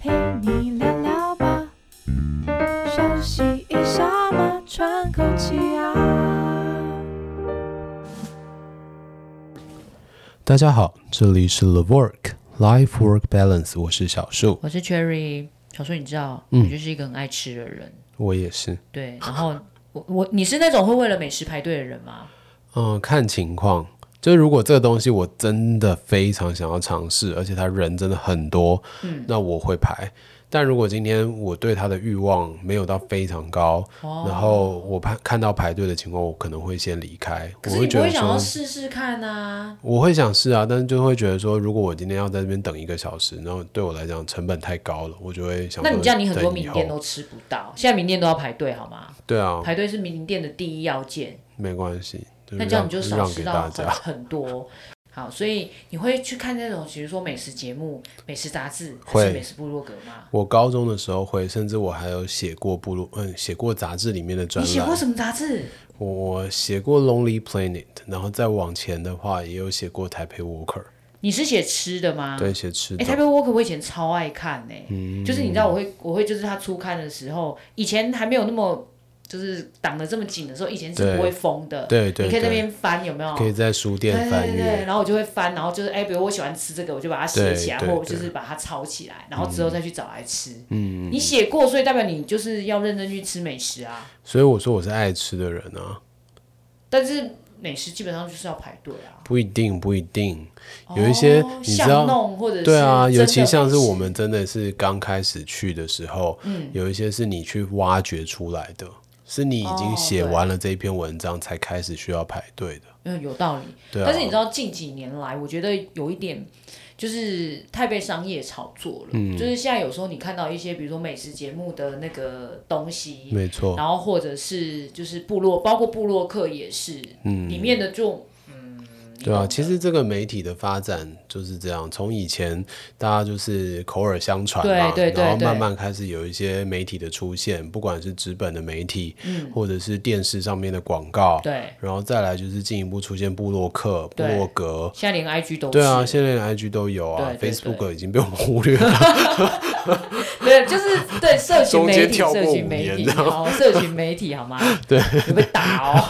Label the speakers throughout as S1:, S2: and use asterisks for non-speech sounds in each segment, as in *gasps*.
S1: 陪你聊聊吧，休息一下嘛，喘口气啊。
S2: 大家好，这里是 The Work Life Work Balance，我是小树，
S3: 我是 Cherry，小树，你知道，
S2: 嗯
S3: 我就是一个很爱吃的人，
S2: 我也是。
S3: 对。然后我我你是那种会为了美食排队的人吗？
S2: 嗯、看情况，就是如果这个东西我真的非常想要尝试，而且他人真的很多，嗯，那我会排。但如果今天我对他的欲望没有到非常高，
S3: 哦
S2: 然后我看看到排队的情况，我可能会先离开。
S3: 可
S2: 我
S3: 是你
S2: 会
S3: 不
S2: 觉
S3: 会
S2: 得
S3: 想要
S2: 说，
S3: 试试看啊？
S2: 我会想试啊，但是就会觉得说，如果我今天要在这边等一个小时，然后对我来讲成本太高了，我就会想说等以后。
S3: 那你这样，你很多哦名店都吃不到，现在名店都要排队，好吗？
S2: 对啊，
S3: 排队是名店的第一要件，
S2: 没关系。就
S3: 那
S2: 是
S3: 这样
S2: 让
S3: 你就
S2: 就
S3: 少
S2: 让
S3: 吃
S2: 给
S3: 到
S2: 大
S3: 很
S2: 家。
S3: 很多。好，所以你会去看那种，比如说美食节目、美食杂志，还
S2: 会
S3: 是美食部落格吗？
S2: 我高中的时候会，甚至我还有写过部落，嗯，写过杂志里面的专
S3: 你写过
S2: 栏。
S3: 什么杂志？
S2: 我我写过《Lonely Planet》，然后再往前的话，也有写过《台北 Walker
S3: 你是写吃的吗》，？
S2: 对，写吃
S3: 哎、
S2: 的。
S3: 台北 Walker 我以前超爱看呢、
S2: 嗯
S3: 就是你知道我会我会就是他初看的时候，以前还没有那么就是挡得这么紧的时候，以前是
S2: 对
S3: 不会封的，
S2: 对对
S3: 你可以在那
S2: 对
S3: 边翻有没有？
S2: 可以在书
S3: 对
S2: 店
S3: 对
S2: 翻
S3: 哦对对，
S2: 阅。
S3: 然后我就会翻，然后就是哎、比如我喜欢吃这个，我就把它写
S2: 对
S3: 起来，
S2: 对
S3: 或我就
S2: 对
S3: 是把它抄起来，然后之后再去找来吃。嗯，你写过，所以代表你就是要认真去吃美食啊。
S2: 所以我说我是爱吃的人啊，
S3: 但是美食基本上就是要排队啊，
S2: 不一定，不一定。有一些
S3: 哦
S2: 你知
S3: 巷
S2: 道
S3: 弄或者是
S2: 对啊，尤
S3: 真
S2: 其
S3: 的
S2: 像
S3: 美
S2: 是我
S3: 食
S2: 们真的是刚开始去的时候，
S3: 嗯
S2: 有一些是你去挖掘出来的，是你已经
S3: 哦
S2: 写
S3: 对
S2: 完了这一篇文章才开始需要排队的。
S3: 嗯，有道理。
S2: 对啊
S3: 但是你知道近几年来，我觉得有一点就是太被商业炒作了。
S2: 嗯
S3: 就是现在有时候你看到一些，比如说美食节目的那个东西，
S2: 没错，
S3: 然后或者是就是部落，包括部落客也是，里面的就嗯，你
S2: 对啊
S3: 懂，
S2: 其实这个媒体的发展就是这样，从以前大家就是口耳相传嘛，
S3: 对对对
S2: 然后
S3: 对
S2: 慢慢开始有一些媒体的出现，不管是纸本的媒体，或者是电视上面的广告，
S3: 嗯对，
S2: 然后再来就是进一步出现部落客、部
S3: 对
S2: 落格。
S3: 现在连 IG 都
S2: 对啊，
S3: 是 *laughs*
S2: 现在连 IG 都有啊
S3: 对对对
S2: f a c e b o o k 已经被我们忽略了。 *laughs*
S3: 对，就是对社群
S2: 中间
S3: 媒体，
S2: 跳过
S3: 社
S2: 五
S3: 群媒
S2: 年
S3: 体，
S2: 这样
S3: 好，社群媒体好吗？
S2: *laughs*
S3: 对，有被打哦，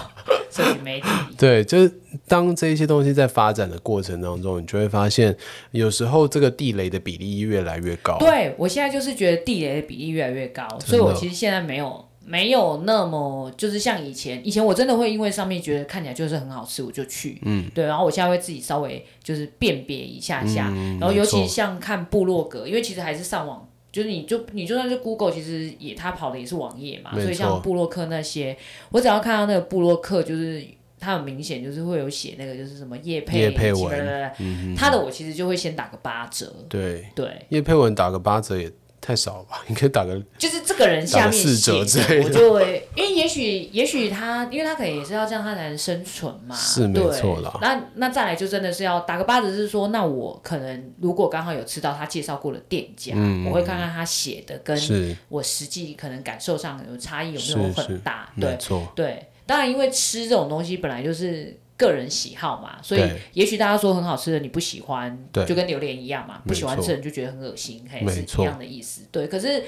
S3: 社群媒体。
S2: 对，就是当这些东西在发展的过程当中，你就会发现，有时候这个地雷的比例越来越高。
S3: 对我现在就是觉得地雷的比例越来越高，所以我其实现在没有没有那么就是像以前，以前我真的会因为上面觉得看起来就是很好吃，我就去，嗯，对，然后我现在会自己稍微就是辨别一下下，然后尤
S2: 没
S3: 其
S2: 错
S3: 像看部落格，因为其实还是上网。就是你就你就算是 Google，其实也它跑的也是网页嘛，
S2: 没
S3: 所以
S2: 错
S3: 像布洛克那些，我只要看到那个布洛克，就是它很明显就是会有写那个就是什么叶配
S2: 业配
S3: 几
S2: 文嗯
S3: 巴拉巴拉它的我其实就会先打个八折，
S2: 对，
S3: 对，
S2: 叶佩文打个八折也太少了吧？应该打个
S3: 就是这个人下面
S2: 打
S3: 写
S2: 个四折之类的
S3: 的，我就会，因为也许也许他，因为他可能也是要这样，他才能生存嘛，
S2: 是
S3: 对
S2: 没错啦
S3: 那那再来就真的是要打个八折，是说，那我可能如果刚好有吃到他介绍过的店家，
S2: 嗯
S3: 我会看看他写的跟
S2: 是
S3: 我实际可能感受上有差异有没有
S2: 是嗯
S3: 很
S2: 是
S3: 大，对
S2: 没错，
S3: 对，当然因为吃这种东西本来就是个人喜好嘛，所以
S2: 对
S3: 也许大家说很好吃的你不喜欢，
S2: 对
S3: 就跟榴莲一样嘛，不
S2: 没
S3: 喜欢
S2: 错
S3: 吃的你就觉得很恶心，嘿，
S2: 没
S3: 是
S2: 错
S3: 一样的意思。对，可是。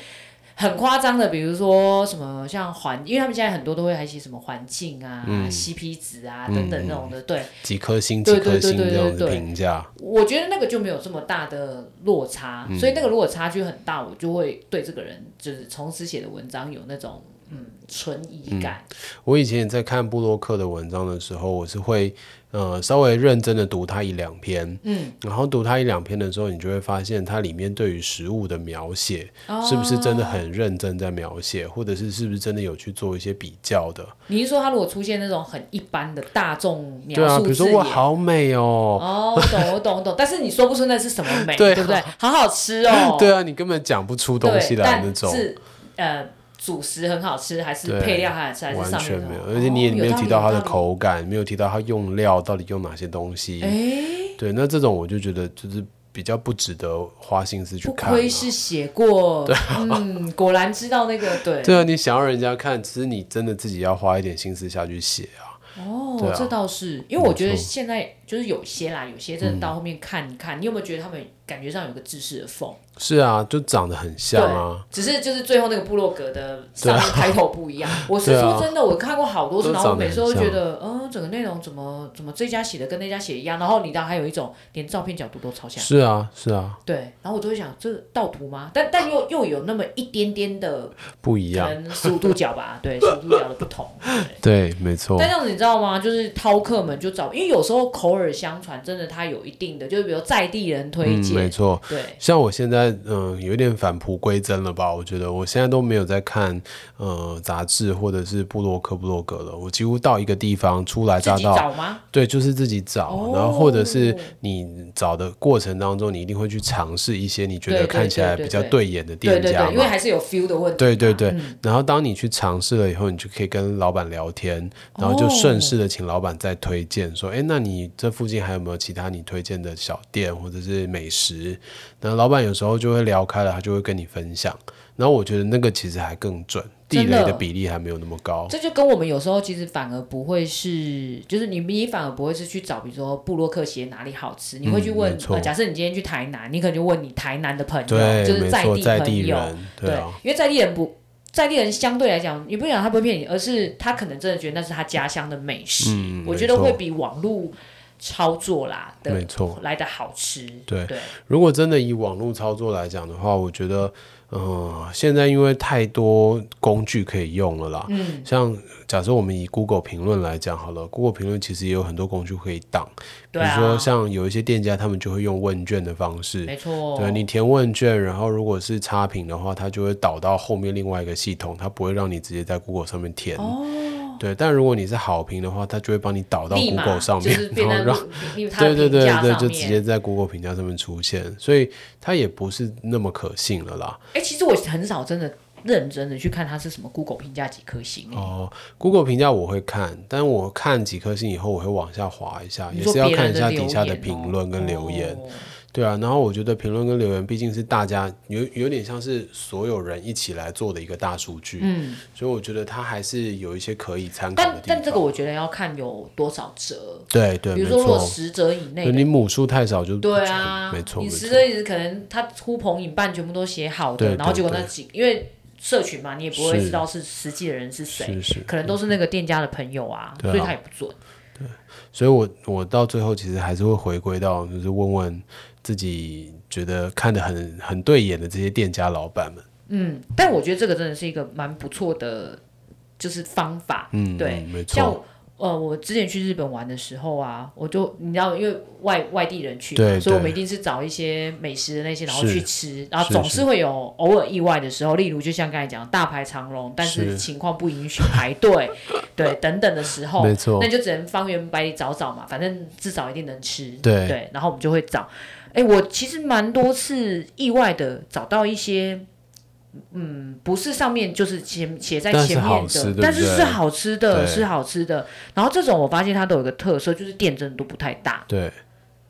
S3: 很夸张的，比如说什么像环，因为他们现在很多都会还写什么环境啊、CP
S2: 嗯
S3: 值啊等等那种的。对，
S2: 几颗星
S3: 对
S2: 几颗星
S3: 对对对
S2: 这样子
S3: 对对
S2: 评价，
S3: 我觉得那个就没有这么大的落差，
S2: 嗯
S3: 所以那个如果差距很大，我就会对这个人就是从此写的文章有那种嗯存疑感。
S2: 我以前也在看布洛克的文章的时候，我是会呃稍微认真的读他一两篇，嗯，然后读他一两篇的时候，你就会发现它里面对于食物的描写、
S3: 哦
S2: 是不是真的很认真在描写，或者是是不是真的有去做一些比较的，
S3: 你是说他如果出现那种很一般的大众描
S2: 对啊，
S3: 述
S2: 比如
S3: 字
S2: 说
S3: 眼？
S2: 哇好美哦，
S3: 哦，我懂，我懂，我懂。但是你说不出那是什么美，
S2: *laughs* 对啊
S3: 不对？好好吃
S2: *laughs* ，
S3: 哦
S2: 对啊，你根本讲不出
S3: 对，
S2: 东西来
S3: 但
S2: 那种。
S3: 是呃，主食很好吃，还是
S2: 对
S3: 配料还是还是
S2: 完
S3: 上
S2: 全
S3: 面
S2: 没有，
S3: 什么
S2: 而且你也
S3: 哦
S2: 没有
S3: 道理
S2: 提到它的
S3: 道理
S2: 口感，没有提到它用料到底用哪些东西。
S3: 哎
S2: 对，那这种我就觉得就是比较不值得花心思去
S3: 不
S2: 看、啊。啊
S3: 亏是写过，嗯，果然知道那个对。
S2: *laughs* 对啊，你想要人家看，其实你真的自己要花一点心思下去写啊。
S3: 哦
S2: 对啊
S3: 这倒是，因为我觉得现在就是有些啦，有些真
S2: 嗯
S3: 的到后面看一看，你有没有觉得他们感觉上有个知识的缝？
S2: 是啊，就长得很像啊，
S3: 只是就是最后那个部落格的上面开头
S2: *laughs*
S3: 不一样。我是说真的，我看过好多次，
S2: 都
S3: 然后我
S2: 啊长得
S3: 每
S2: 很
S3: 次都
S2: 像
S3: 觉得，嗯，整个内容怎么怎么这家写的跟那家写一样，然后你知道还有一种连照片角度都超像，
S2: 是啊，是啊，
S3: 对，然后我都会想这个盗图吗？但但又又有那么一点点的
S2: 不一
S3: 可
S2: 样，
S3: 能十五度角
S2: *laughs*
S3: 吧，对，十五度角的不同。对
S2: 对，没错
S3: 但，这样子你知道吗？就是饕客们就找，因为有时候口耳相传，真的它有一定的，就是比如在地人推
S2: 嗯，没
S3: 荐，
S2: 错，
S3: 对，
S2: 像我现在，嗯、有点返璞归真了吧？我觉得我现在都没有在看，呃，杂志或者是布洛克布洛格了。我几乎到一个地方初来
S3: 自
S2: 乍
S3: 己
S2: 到，
S3: 找吗？
S2: 对，就是自己找，
S3: 哦
S2: 然后或者是你找的过程当中，你一定会去尝试一些你觉
S3: 对
S2: 得
S3: 对
S2: 看起来
S3: 对对
S2: 比较
S3: 对
S2: 对眼的
S3: 对
S2: 店
S3: 对
S2: 家
S3: 对，因为
S2: 嘛。
S3: 还是有 feel 的问题嘛。
S2: 对对对，
S3: 嗯
S2: 然后当你去尝试了以后，你就可以跟老板聊天，然后就顺势的请老板再推荐，说，哎，那你这附近还有没有其他你推荐的小店或者是美食？然后老板有时候就会聊开了，他就会跟你分享。然后我觉得那个其实还更准，地
S3: 真
S2: 雷
S3: 的
S2: 的比例还没有那么高。
S3: 这就跟我们有时候其实反而不会是，就是你你反而不会是去找，比如说布洛克鞋哪里好吃，你会去问
S2: 嗯没。错
S3: 呃假设你今天去台南，你可能就问你台南的朋友，
S2: 对，
S3: 就是
S2: 没错，在地
S3: 朋友，
S2: 人，对啊，
S3: 因为在地人不。在地人相对来讲，也不讲他不会骗你，而是他可能真的觉得那是他家乡的美食。
S2: 嗯
S3: 我
S2: 没
S3: 觉得
S2: 错
S3: 会比网络操作啦的
S2: 没错
S3: 来的好吃。
S2: 对
S3: 对，
S2: 如果真的以网络操作来讲的话，我觉得，呃，现在因为太多工具可以用了啦。
S3: 嗯，
S2: 像假设我们以 Google 评论来讲好了，Google 评论其实也有很多工具可以挡，
S3: 对啊，
S2: 比如说像有一些店家他们就会用问卷的方式，
S3: 没错，
S2: 对你填问卷，然后如果是差评的话，它就会导到后面另外一个系统，它不会让你直接在 Google 上面填。对，但如果你是好评的话，它就会帮你导到
S3: 立马
S2: Google 上面，
S3: 就是变
S2: 然
S3: 在
S2: 后让
S3: 路因为他
S2: 对对
S3: 的评
S2: 对
S3: 价
S2: 对，
S3: 上
S2: 就直
S3: 面。
S2: 接在 Google 评价上面出现，所以它也不是那么可信了啦。
S3: 哎，其实我很少真的认真的去看它是什么 Google 评价几颗星。哎
S2: 哦，Google 评价我会看，但我看几颗星以后，我会往下滑一下，
S3: 你
S2: 也
S3: 说
S2: 是要
S3: 别
S2: 看
S3: 人
S2: 一下
S3: 留
S2: 底下的
S3: 言哦
S2: 评论跟留言。
S3: 哦
S2: 对啊，然后我觉得评论跟留言毕竟是大家有有点像是所有人一起来做的一个大数据，
S3: 嗯，
S2: 所以我觉得它还是有一些可以参嗯考的地
S3: 但
S2: 方。
S3: 但这个我觉得要看有多少折，
S2: 对对，
S3: 比如
S2: 没
S3: 说如果
S2: 错，
S3: 十折以内
S2: 就
S3: 的
S2: 你母数太少就
S3: 对啊，
S2: 没错
S3: 你
S2: 没
S3: 实
S2: 错，
S3: 的意思可能他呼朋引伴，全部都写好的，
S2: 对对
S3: 然后结果那
S2: 对
S3: 几因为社群嘛，你也不会
S2: 是
S3: 知道是实际的人是谁，
S2: 是是。
S3: 可能都是那个店家的朋友啊，
S2: 对啊
S3: 所以他也不准。
S2: 所以我我到最后其实还是会回归到，就是问问自己觉得看得很很对眼的这些店家老板们。
S3: 嗯，但我觉得这个真的是一个蛮不错的，就是方法。
S2: 嗯，
S3: 对
S2: 嗯没
S3: 像
S2: 错
S3: 我，呃，我之前去日本玩的时候啊，我就你知道，因为外外地人去嘛，
S2: 对
S3: 所以我
S2: 对
S3: 们一定是找一些美食的那些，然后
S2: 是
S3: 去吃，然后
S2: 是
S3: 总
S2: 是
S3: 是会有偶尔意外的时候，例如就像刚才讲的大排长龙，但是
S2: 是
S3: 情况不允许排
S2: *laughs*
S3: 队，对等等的时候，
S2: 没错
S3: 那你就只能方圆百里找找嘛，反正至少一定能吃，
S2: 对
S3: 对，然后我们就会找。哎，我其实蛮多次意外的找到一些。嗯，不是上面就是前写在
S2: 但是
S3: 前面
S2: 好
S3: 的，
S2: 吃对不
S3: 但是
S2: 对
S3: 是好吃的，
S2: 对
S3: 是好吃的。然后这种我发现它都有一个特色，就是店真的都不太大，
S2: 对，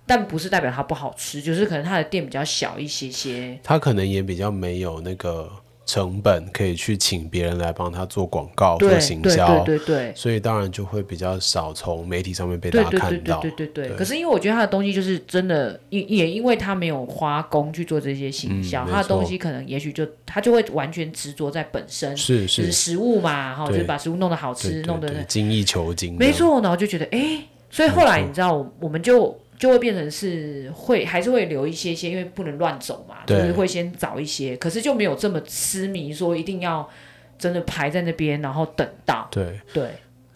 S3: 但不是代表它不好吃，就是可能它的店比较小一些些。
S2: 他可能也比较没有那个成本可以去请别人来帮他做广告、
S3: 对
S2: 做行
S3: 对
S2: 销，
S3: 对对对
S2: 所以当然就会比较少从媒体上面被
S3: 对
S2: 大
S3: 对
S2: 家
S3: 对
S2: 看
S3: 对
S2: 到
S3: 对。对对。
S2: 对
S3: 可是因为我觉得它的东西就是真的，也也因为它没有花工去做这些行销，
S2: 嗯没
S3: 它的东
S2: 错
S3: 西可能也许就它就会完全执着在本身，
S2: 是
S3: 就是
S2: 是，
S3: 食物嘛，哈，就是
S2: 对
S3: 把食物弄得好
S2: 对
S3: 吃，
S2: 对
S3: 弄得
S2: 对精益求精的，
S3: 没错，然后就觉得哎、诶所以后来
S2: 没错
S3: 你知道，我我们就就会变成是会还是会留一些些，因为不能乱走嘛，就
S2: 对
S3: 是会先找一些，可是就没有这么痴迷说一定要真的排在那边，然后等到
S2: 对。
S3: 对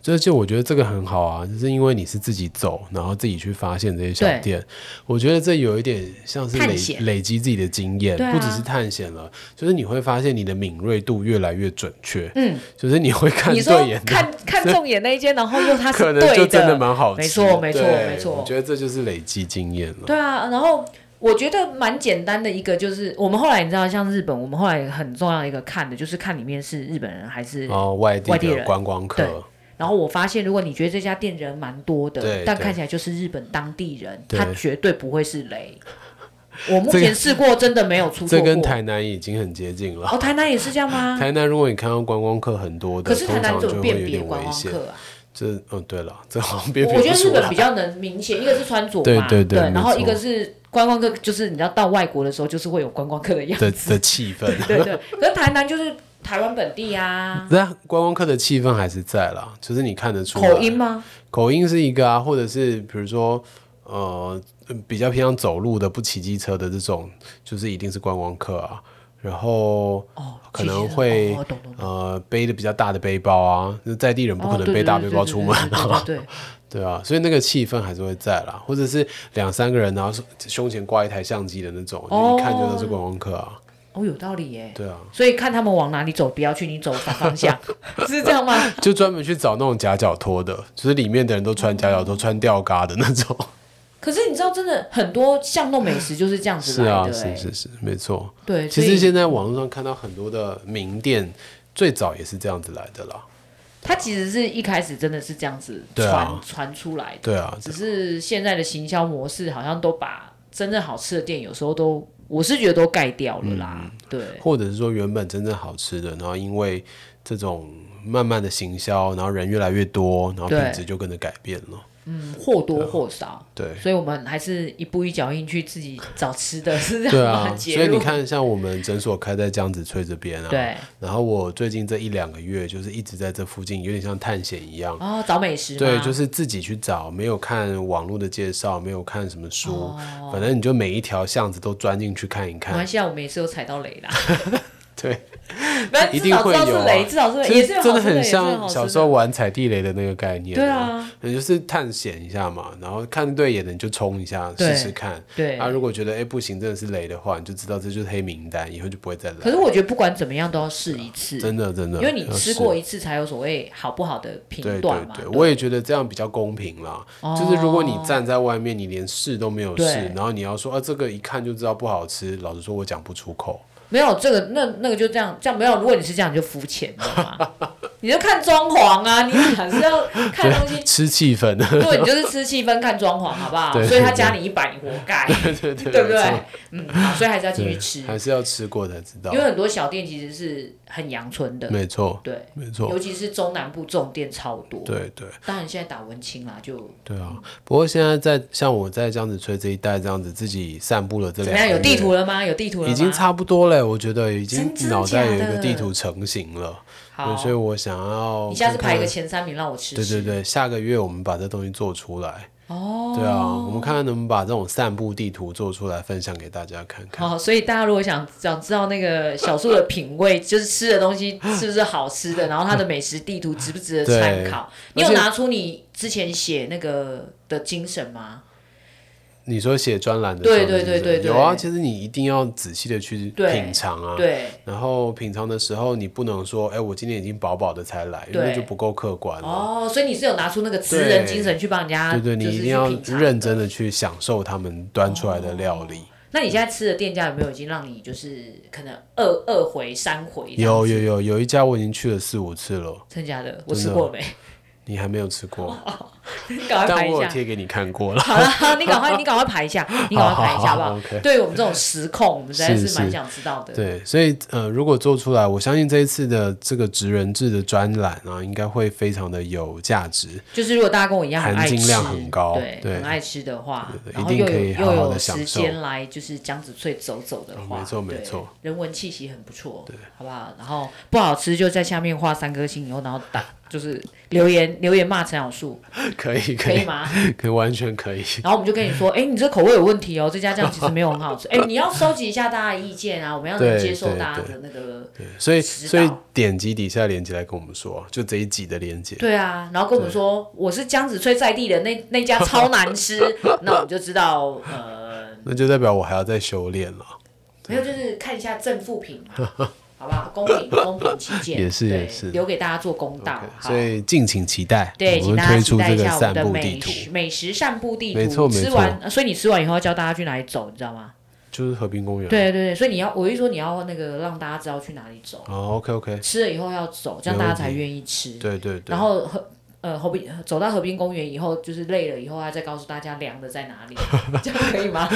S2: 这就我觉得这个很好啊，就是因为你是自己走，然后自己去发现这些小
S3: 对
S2: 店，我觉得这有一点像是
S3: 探
S2: 累
S3: 险
S2: 累积自己的经验，
S3: 对啊
S2: 不只是探险了，就是你会发现你的敏锐度越来越准确，
S3: 嗯，
S2: 就是你会看
S3: 你说
S2: 对眼的，
S3: 看看中眼那一间，然后又它是
S2: *laughs* 可
S3: 对
S2: 能就真的蛮好吃，
S3: 没错没错
S2: 对
S3: 没错
S2: 我觉得这就是累积经验了，
S3: 对啊，然后我觉得蛮简单的一个就是，我们后来你知道，像日本，我们后来很重要的一个看的就是看里面是日本人还是
S2: 然后外
S3: 外
S2: 地
S3: 地
S2: 的
S3: 人
S2: 观光客，
S3: 然后我发现，如果你觉得这家店人蛮多的
S2: 对，
S3: 但
S2: 对
S3: 看起来就是日本当地人，
S2: 对
S3: 他绝对不会是
S2: *laughs*
S3: 雷。我目
S2: 这个
S3: 前试过，真的没有出错
S2: 这
S3: 过。
S2: 跟台南已经很接近了。
S3: 哦，台南也是这样
S2: *laughs*
S3: 吗？
S2: 台南如果你看到观光客很多的，
S3: 可是台
S2: 通
S3: 南
S2: 常
S3: 怎
S2: 就
S3: 么
S2: 会
S3: 辨
S2: 有
S3: 别
S2: 点
S3: 观
S2: 危
S3: 光
S2: 险。
S3: 客啊？
S2: 这嗯，对了，这好像别
S3: 我觉得
S2: 日
S3: 日本比较能明显，一个是穿着嘛，
S2: 对对对
S3: 对，然后
S2: 没错
S3: 一个是观光客，就是你知道到外国的时候，就是会有观光客的样子，
S2: 的的气氛，
S3: *laughs* 对对。可是台南就是台湾本地啊，
S2: *laughs* 那观光客的气氛还是在啦，就是你看得出来
S3: 口音吗？
S2: 口音是一个啊，或者是比如说呃比较偏向走路的不骑机车的这种，就是一定是观光客啊。然后
S3: 哦，
S2: 可
S3: 其
S2: 能
S3: 实
S2: 会、
S3: 哦，懂懂懂。
S2: 呃背的比较大的背包啊，那在地人不可
S3: 哦
S2: 能
S3: 对
S2: 背大
S3: 对
S2: 背
S3: 对
S2: 包
S3: 对
S2: 出
S3: 对
S2: 门
S3: 对
S2: 啊，
S3: 对对，
S2: *laughs* 对啊，所以那个气氛还是会在啦，或者是两三个人，然后是胸前挂一台相机的那种，
S3: 哦
S2: 就一看就都是观光客啊。
S3: 哦，有道理耶。
S2: 对啊，
S3: 所以看他们往哪里走，不要去你走反
S2: *laughs*
S3: 方向，是这样吗？
S2: 就专门去找那种夹脚拖的，就是里面的人都穿夹脚拖、穿吊嘎的那
S3: *laughs*
S2: 种。
S3: 可是你知道，真的很多巷弄美食就是这样子
S2: 是
S3: 来
S2: 啊，
S3: 的
S2: 是
S3: 耶，
S2: 是是，没错。
S3: 对。
S2: 其
S3: 所
S2: 实
S3: 以
S2: 现在网络上看到很多的名店，最早也是这样子来的啦。
S3: 它其实是一开始真的是这样子
S2: 对
S3: 传、
S2: 啊
S3: 传出来的，
S2: 对啊，
S3: 只是现在的行销模式好像都把真正好吃的店有时候都，我是觉得都盖掉了啦。
S2: 嗯
S3: 对，
S2: 或者是说原本真正好吃的，然后因为这种慢慢的行销，然后人越来越多，然后
S3: 对
S2: 品质就跟着改变了。
S3: 嗯，或多或少，
S2: 对。啊
S3: 所以我们还是一步一脚印去自己找吃的，是这
S2: 对 *laughs*
S3: 样吗？
S2: 啊，
S3: *laughs* 结
S2: 所以你
S3: 论
S2: 看，像我们诊所开在江子翠这边啊，
S3: 对，
S2: 然后我最近这一两个月就是一直在这附近，有点像探险一样。
S3: 哦，找美食吗，
S2: 对，就是自己去找，没有看网络的介绍，没有看什么书，反正你就每一条巷子都钻进去看一
S3: 马来
S2: 看。
S3: 西哦啊亚我们也是有踩到雷啦，
S2: *laughs* 对，
S3: 但
S2: 一
S3: 至
S2: 定
S3: 少
S2: 会
S3: 知道
S2: 有
S3: 是
S2: 啊
S3: 雷，至少是
S2: 其
S3: 也
S2: 实
S3: 是有好
S2: 真的
S3: 吃的
S2: 很
S3: 也是有
S2: 像
S3: 好吃
S2: 小
S3: 的
S2: 时候玩踩地雷的那个概念、
S3: 对，啊，
S2: 也就是探险一下嘛，然后看对眼的你就冲一下
S3: 对
S2: 试试看。
S3: 对
S2: 啊，如果觉得哎、不行，真的是雷的话，你就知道这就是黑名单，以后就不会再来。
S3: 可是我觉得不管怎么样都要试一次，
S2: 真的真的，
S3: 因为你
S2: 要
S3: 吃
S2: 试
S3: 过一次才有所谓好不好的评
S2: 对
S3: 断
S2: 对
S3: 嘛。哦
S2: 对，我也觉得这样比较公平啦。就是如果你站在外面，你连试都没有试
S3: 对，
S2: 然后你要说啊，这个一看就知道不好吃，老实说，我讲不出口。
S3: 没有这个，那那个就这样，这样没有。如果你是这样，你就肤浅，你知道吗？你就看装潢啊，你还是要看东
S2: *laughs*
S3: 西。
S2: 吃气氛，
S3: 对，你就是吃气氛、看装潢，好不好？
S2: 对
S3: 所以他加你一百，你活该，对
S2: 对
S3: *laughs*
S2: 对
S3: 不对？嗯，好，所以还是要继
S2: 没
S3: 续
S2: 错
S3: 吃，
S2: 还是要吃过才知道
S3: 因为。很多小店其实是很阳春的，
S2: 没错，
S3: 对，
S2: 没错
S3: 尤，其是中南部这种店超多。
S2: 对对。
S3: 当然现在打文青啦，就
S2: 对啊，不过现在在像我在这样子吹这一带这样子自己散步了这
S3: 怎
S2: 两
S3: 么样？有
S2: 个
S3: 地
S2: 月
S3: 图了吗？有地图了吗？
S2: 已经差不多了，我觉得已经
S3: 真真
S2: 脑袋有一
S3: 假
S2: 个
S3: 的
S2: 地图成型了，
S3: 好
S2: 对，，所以我想要
S3: 你下次
S2: 看
S3: 排一个
S2: 看
S3: 前三名让我吃
S2: 对对
S3: 吃。
S2: 对，下个月我们把这东西做出来。
S3: 哦，
S2: 对啊，我们看看能不能把这种散步地图做出来，分享给大家看看。
S3: 好，哦所以大家如果想想知道那个小树的品味，就是吃的
S2: *gasps*
S3: 东西是不是好吃的，然后它的美食地图值不值得参考？你有
S2: 而且
S3: 拿出你之前写那个的精神吗？
S2: 你说写专栏的时候
S3: 对
S2: 是不是，
S3: 对对对
S2: 有啊。
S3: 对
S2: 其实你一定要仔细的去
S3: 对
S2: 品尝啊。
S3: 对，
S2: 然后品尝的时候，你不能说，哎，我今天已经饱饱的才来，因为
S3: 对
S2: 那就不够客观了。
S3: 哦，所以你是有拿出那个词人精神去帮人家，
S2: 对对，你
S3: 就是
S2: 一
S3: 去
S2: 定要
S3: 品尝
S2: 认
S3: 的。
S2: 真的去享受他们端出来的料理。
S3: 那你现在吃的店家有没有已经让你就是可能二二回三回？
S2: 有有，有有一家我已经去了四五次了，
S3: 真假的？我
S2: 真
S3: 吃
S2: 的
S3: 过没？ *laughs*
S2: 你还没有吃过，
S3: 赶快
S2: 但
S3: 拍一
S2: 我有
S3: 下。
S2: 贴给你看过了。
S3: 好了， *laughs* 你赶快，你赶快排
S2: *laughs*
S3: 一下，你赶快排一下，好不
S2: 好好好
S3: 好
S2: ，OK？
S3: 对于我们这种实控，我们实在
S2: 是
S3: 是蛮
S2: 是
S3: 想知道的。
S2: 对，所以呃，如果做出来，我相信这一次的这个职人制的专栏啊，应该会非常的有价值。
S3: 就是如果大家跟我一样很爱吃，
S2: 含金量很高
S3: 对，
S2: 对
S3: 很爱吃的话，
S2: 对对
S3: 然后
S2: 一
S3: 又
S2: 定可
S3: 有
S2: 以好好地
S3: 又有
S2: 享
S3: 时
S2: 受
S3: 间来就是江子翠走走的话，
S2: 哦没错
S3: 对
S2: 没错，
S3: 人文气息很不错，好不好？然后不好吃就在下面画三颗星，以后然后打 *laughs* 就是留言留言骂陈小树，
S2: *laughs* 可以，
S3: 可
S2: 可
S3: 以
S2: 以，
S3: 吗？
S2: 可以， *laughs* 完全可以。
S3: 然后我们就跟你说，哎，你这口味有问题哦，这家酱其实没有很好吃，哎，你要收集一下大家的意见啊，我们要能
S2: 对
S3: 接受
S2: 对
S3: 大家
S2: 对
S3: 的那个。
S2: 对，所以
S3: 指导
S2: 所以点击底下链接来跟我们说，就这一集的链接。
S3: 对啊，然后跟我们说我是江子翠在地的那那家超
S2: *laughs*
S3: 难吃，那我们就知道呃，
S2: 那就代表我还要再修炼了，
S3: 没有就是看一下正负品嘛，好不好？公平公平起
S2: *laughs*
S3: 见，
S2: 也是
S3: 对
S2: 也是
S3: 留给大家做公道。好
S2: 所以敬请期待。我
S3: 对，请
S2: 们
S3: 大家
S2: 推
S3: 期
S2: 出
S3: 待
S2: 这
S3: 一
S2: 个
S3: 下我
S2: 散
S3: 们的
S2: 步
S3: 美
S2: 地图，
S3: 食美食散步地图。
S2: 没错没
S3: 吃
S2: 错
S3: 完、呃所以你吃完以后要教大家去哪里走，你知道吗？
S2: 就是和平公园。
S3: 对对对，所以你要我一说你要那个让大家知道去哪里走，
S2: 哦，OK OK，
S3: 吃了以后要走，这样
S2: 没
S3: 大家
S2: 问
S3: 才
S2: 题
S3: 愿意吃。
S2: 对对对，
S3: 然后和呃河滨走到河滨公园以后，就是累了以后，他再告诉大家凉的在哪里， *laughs* 这样可
S2: *laughs*
S3: 以吗？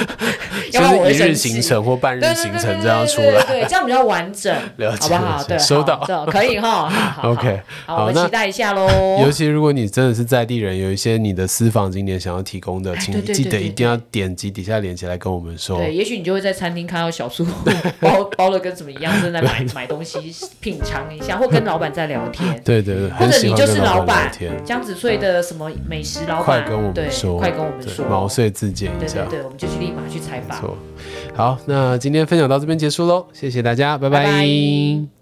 S3: 要不然我
S2: 就
S3: 会
S2: 是一日
S3: 生
S2: 行
S3: 气。
S2: 程或半日
S3: 对对
S2: 行
S3: 对
S2: 程
S3: 对
S2: 这样
S3: 对
S2: 出
S3: 对
S2: 来。
S3: 对，这样比较完整，
S2: *laughs* 了
S3: 好
S2: 解
S3: 不
S2: 了
S3: 好？
S2: 解
S3: 对，
S2: 收
S3: 好
S2: 到
S3: 这可
S2: *laughs*
S3: 以哈。好好好
S2: OK，
S3: 好，我
S2: 好那
S3: 们期待一下喽。
S2: 尤其如果你真的是在地人，有一些你的私房景点想要提供的，
S3: 哎
S2: 请
S3: 对对
S2: 记
S3: 对
S2: 得
S3: 对
S2: 一定要点击底下链接来跟我们说。
S3: 对，也许你就会在餐厅看到小叔 *laughs* 包包的跟什么一样，正在买买东西品尝一下，或跟老板在聊天。
S2: 对对对，
S3: 或
S2: 很
S3: 者
S2: 喜
S3: 你
S2: 欢
S3: 就
S2: 跟
S3: 是老
S2: 板聊
S3: 板
S2: 天，，
S3: 江子翠的什么美食老
S2: 快
S3: 板，
S2: 跟我
S3: 对
S2: 们说，
S3: 快跟我们
S2: 对
S3: 说，
S2: 毛遂自荐一
S3: 对
S2: 下
S3: 对。对，我们就去立马去采
S2: 没
S3: 访。
S2: 错，好，那今天分享到这边结束喽，谢谢大家，拜
S3: 拜拜